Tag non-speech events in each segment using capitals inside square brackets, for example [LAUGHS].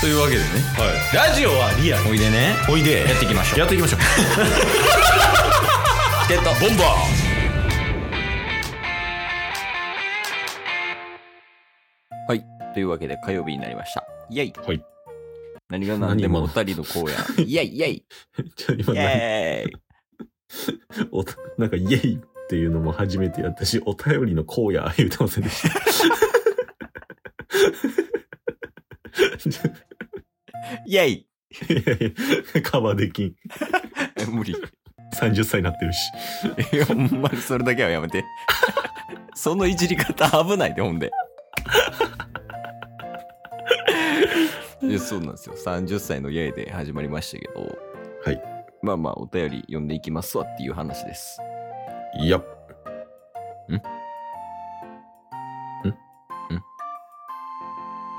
というわけでねラジオはリアルおいでねおいでやっていきましょうやっていきましょうチケットボンバーはいというわけで火曜日になりましたイエイはい何が何でもお何二人の荒 [LAUGHS] 野イエイイエイちょ今イなんかエーイおなんかイエイっていうのも初めてやったしお便りの荒野言うてませんでしたイエイ [LAUGHS] いやいや [LAUGHS] カバーできんえ無理30歳になってるしえほんまにそれだけはやめて [LAUGHS] そのいじり方危ないでほん [LAUGHS] でいやそうなんですよ30歳のイエイで始まりましたけどはいまあまあお便り読んでいきますわっていう話ですいやん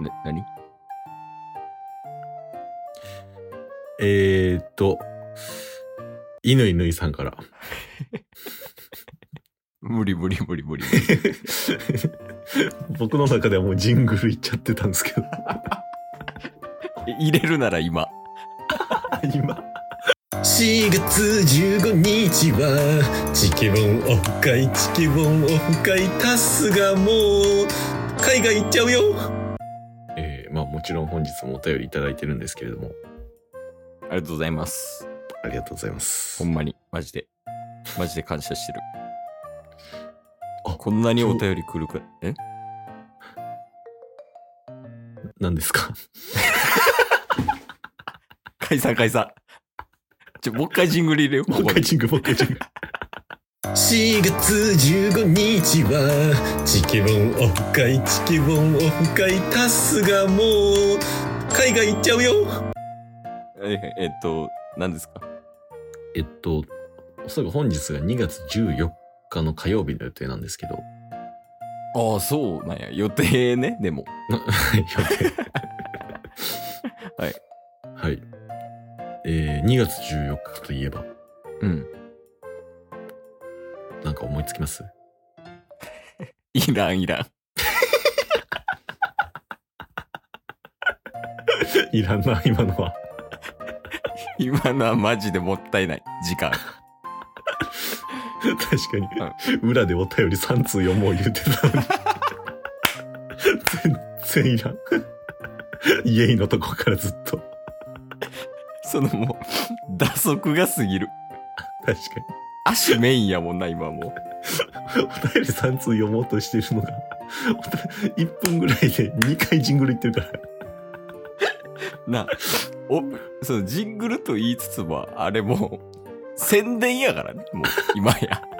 な何えー、っといぬいぬいさんから無理無理無理 [LAUGHS] 無理僕の中ではもうジングルいっちゃってたんですけど入れるなら今今4月15日はチケボンオフ会チケボンオフ会タスがもう海外行っちゃうよえー、まあもちろん本日もお便りいただいてるんですけれどもありがとうございますありがとうございまほすんまにマジでマジで感謝してるあこんなにお便り来るかえ何ですか解散解散ちょもう一回ジングル入れよう [LAUGHS] もうこ一こで回ジングルもう一回ジングル4月15日はチケボンオフ会チケボンオフ会タスがもう海外行っちゃうよええっと、何ですかえっと、おそらく本日が2月14日の火曜日の予定なんですけ [LAUGHS] ど、ああ、そうなんや。予定ね、でも。な予定。はい。はい。えー、2月14日といえば、うん。なんか思いつきますいらん、いらん。 [LAUGHS] いらんな、今のは。今のはマジでもったいない。時間。確かに、裏でお便り3通読もう言ってたのに。全然いらん。イエイのとこからずっと。そのもう、打足が過ぎる。確か足メインやもんな、今もに。お便り3通読もうとしてるのが、1分ぐらいで2回ジングルいってるから。う。な、お、そのジングルと言いつつも、あれもう、宣伝やからね、もう、今や。 [LAUGHS]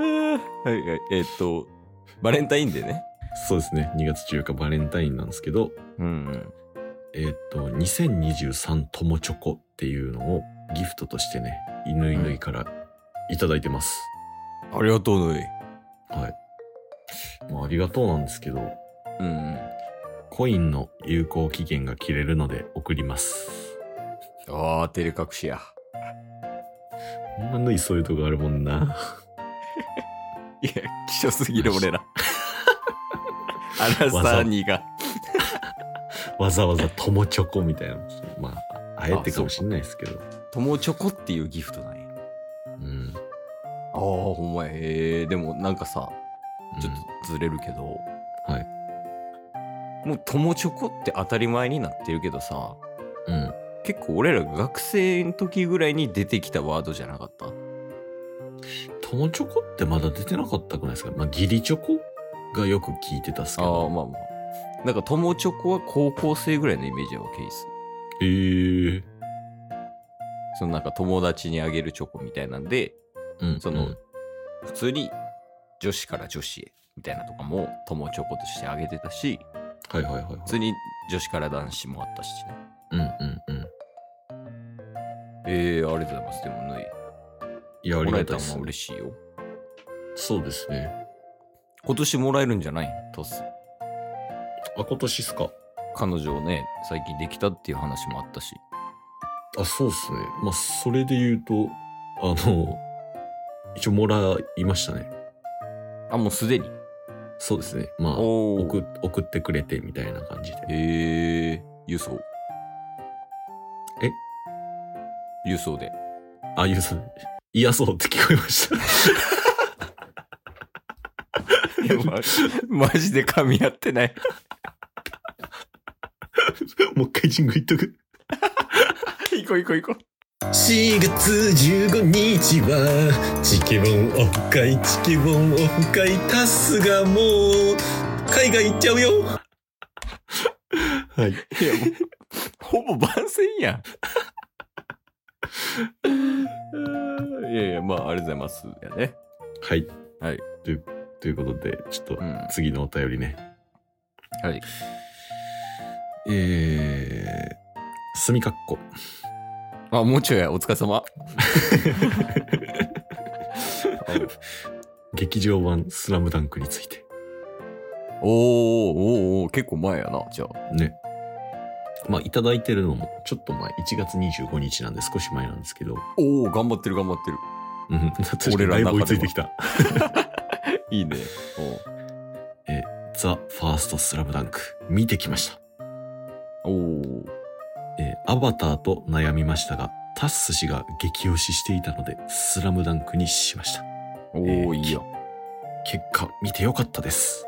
はいはい、えっと、バレンタインデーね。そうですね。2月14日バレンタインなんですけど、うん。えーっと、2023ともチョコっていうのをギフトとしてね、いぬいぬいからいただいてます。ありがとうのい。はい。まあ、ありがとうなんですけど、うん。コインの有効期限が切れるので送ります。ああ、照れ隠しや。ほんまぬいそういうとこあるもんな。 [LAUGHS] いや、希少すぎる俺 [LAUGHS] ら。アラサーニーが。わざわざともチョコみたいな。まあ、あえてかもしんないですけど。友チョコっていうギフトなんや。あうん。あ、ほんまや。へえ、でもなんかさ、ちょっうんとずれるけど。はいもう友チョコって当たり前になってるけどさ、うん。結構俺らが学生の時ぐらいに出てきたワードじゃなかったともチョコってまだ出てなかったくないですかまあ、ギリチョコがよく聞いてたっすけああ、ど。まあまあ。なんか友チョコは高校生ぐらいのイメージやわ、ケース。ええー。そのなんか友達にあげるチョコみたいなんで、うんその、普通に女子から女子へみたいなとかも友チョコとしてあげてたしはいはいはい、はい普通に女子から男子もあったしねうんうんうん。ええありがとうございますでもぬいいや、ありもらがえたたいのですは。嬉しいよそうですね。今年もらえるんじゃないトスあ、今年っすか。彼女ね最近できたっていう話もあったしあ、そうっすね。まあ、それで言うと、あの、一応もらいましたね。あもうすでにそうですね。まあ、おお送送ってくれてみたいな感じで。へえー、輸送。え輸送で。あ、ゆうさん、嫌そうって聞こえました。い [LAUGHS] やマジ [LAUGHS] マジで噛み合ってない。もう一回ジングル言っとく。行こう行こう行こ4月15日は、チケボンオフ会、チケボンオフ会、タスがもう、海外行っちゃうよ [LAUGHS] はう。い。いやもう、ほぼ番宣やん。 [LAUGHS] いやいや、まあ、ありがとうございます。やね。はい。はい。という、ということで、ちょっとう、ん。は次のお便りね。い。えー、すみかっこ。あ、もうちょいや、お疲れ様。劇場版スラムダンクについて。おーおーおー結構前やな、じゃあ。ね。まあ、いただいてるのも、ちょっと前、1月25日なんで少し前なんですけど、おお頑張ってる頑張ってる。 [LAUGHS] うん、確か俺にだらいのぶ中追いではついてきた。いいね。ザ・ファースト・スラムダンク、見てきました。おおえーアバターと悩みましたが、タッス氏が激推ししていたので、スラムダンクにしました。おおいいや。結果、見てよかったです。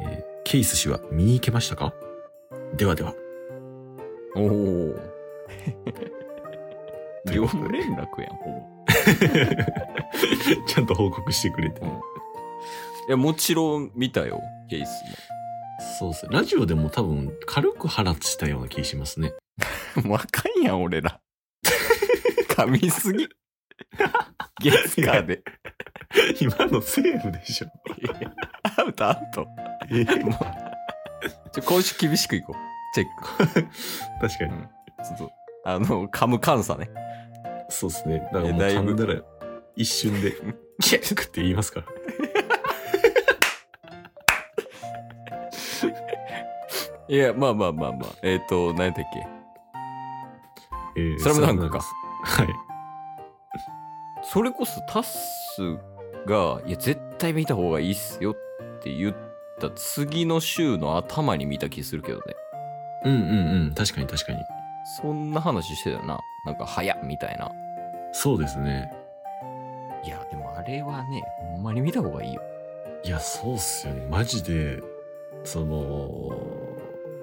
えーケイス氏は見に行けましたかではでは。おお [LAUGHS] という業こと務で連絡やん、ほぼ。 [LAUGHS] ちゃんと報告してくれて。いや、もちろん見たよ、ケイスそうですね。ラジオでも多分軽く腹立したような気しますね。 [LAUGHS] も。若いやん、俺 [LAUGHS] ら。噛みすぎ。ゲスカーで。 [LAUGHS] 今のセーフでしょ。アウト、アウト。 [LAUGHS] もうちょ今週厳しくいこう。チェック。確かに。ちょっと、あの、噛む監査ね。そうですね。だからもうえだい噛ぶんだら一瞬 [LAUGHS] で、チェックって言いますから。いや、まあまあまあまあ。えっ、と、何やったっけえースラムダンクかスラムダンクですそれこそタッスが、いや、絶対見た方がいいっすよって言った次の週の頭に見た気するけどね。はい。うんうんうん。確かに確かに。そんな話してたよな。なんか、早っみたいな。そうですね。いや、でもあれはね、ほんまに見た方がいいよ。いや、そうっすよね。マジで、その、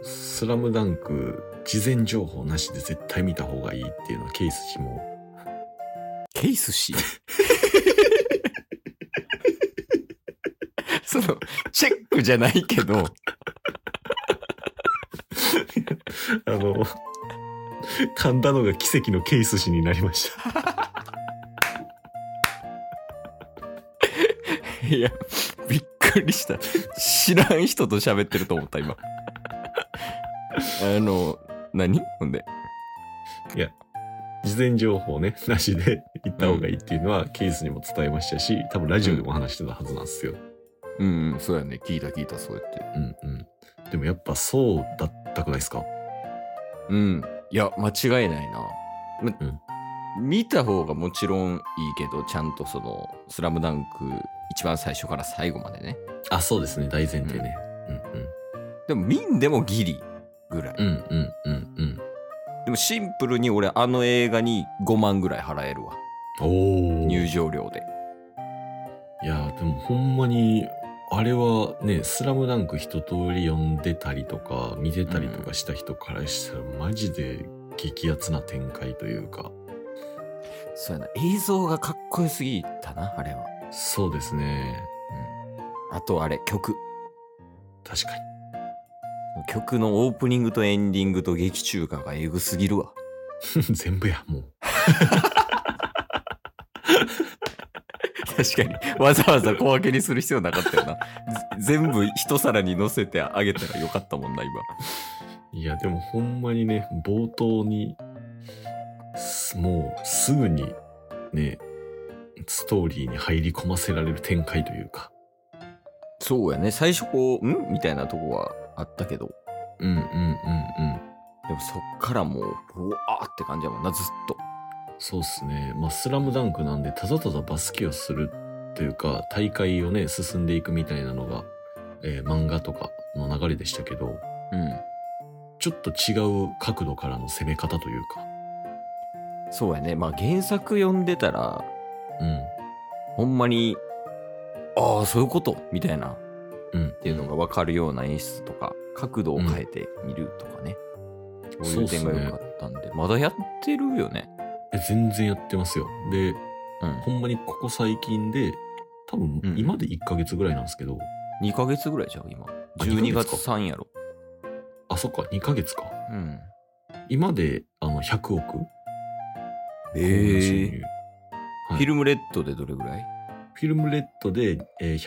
スラムダンク、事前情報なしで絶対見た方がいいっていうのはケース氏もケイス氏その、チェックじゃないけど、あの、 [LAUGHS] 噛んだのが奇跡のケース氏になりました。いや、びっくりした。知らん人と喋ってると思った、今。あの、何ほんで。事前情報ね、なしで行った方がいいっていうのは、ケースにも伝えましたし、多分ラジオでも話してたはずなんですよ。うん、うん、そうやね。聞いた聞いた、そうやって。うんうん。でもやっぱそうだったくないですかうん。いや、間違いないな。まうん見た方がもちろんいいけど、ちゃんとその、スラムダンク、一番最初から最後までね。あ、そうですね。大前提ね。でも、見んでもギリぐらい。うんうん。うんうんうんうん。でもシンプルに俺あの映画に5万ぐらい払えるわお入ー。場料でいやーでもほんまに、あれはね、スラムダンク一通り読んでたりとか、見てたりとかした人からしたら、マジで激アツな展開というか。そうやな映像がかっこよすぎたなあれは、そうですね。うん、あとあれ曲確かに。曲のオープニングとエンディングと劇中歌がエグすぎるわ [LAUGHS] 全部や、もう。確かにわざわざ小分けにする必要なかったよな全部一皿に乗せてあげたらよかったもんな今いや、でもほんまにね、冒頭に、すもうすぐにね、ストーリーに入り込ませられる展開というか。そうやね最初こうんみたいなとこはあったけどうんうんうんうん。でもそっからもううわーって感じやもんなずっとそうっすね。まあ、スラムダンクなんで、ただただバスケをするというか大会をね進んでいくみたいなのが、えー漫画とかの流れでしたけどうん。ちょっと違う角度からの攻め方というかそうやね。まあ原作読んでたら、うんほんまに、ああ、そういうことみたいな、うんっていうのがわかるような演出とか、角度を変えてみるとかね。そういう点が良かったんで、まだやってるよね。え全然やってますよでうん。ほんまにここ最近で多分うん今で1ヶ月ぐらいなんですけど、 2ヶ月ぐらいじゃん、今。あ二12ヶ月月3やろ。あそっか2ヶ月かうん。今であの100億え収入フィルムレッドでどれぐらいフィルムレッドで、えー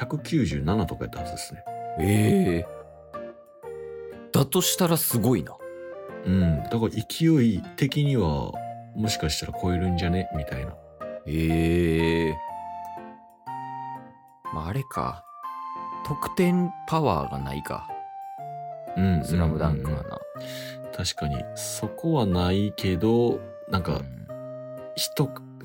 197とかやったはずですねええだとしたらすごいな。うんだから勢い的にはもしかしたら超えるんじゃねみたいなええまああれか。得点パワーがないか。うんスラムダンクはな。確かにそこはないけどなんかうん人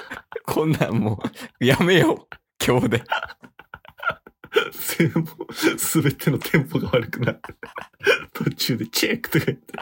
[LAUGHS] こんなんもう、やめよう。今 [LAUGHS] 日で。全部全てのテンポが悪くなって途中でチェックとか言って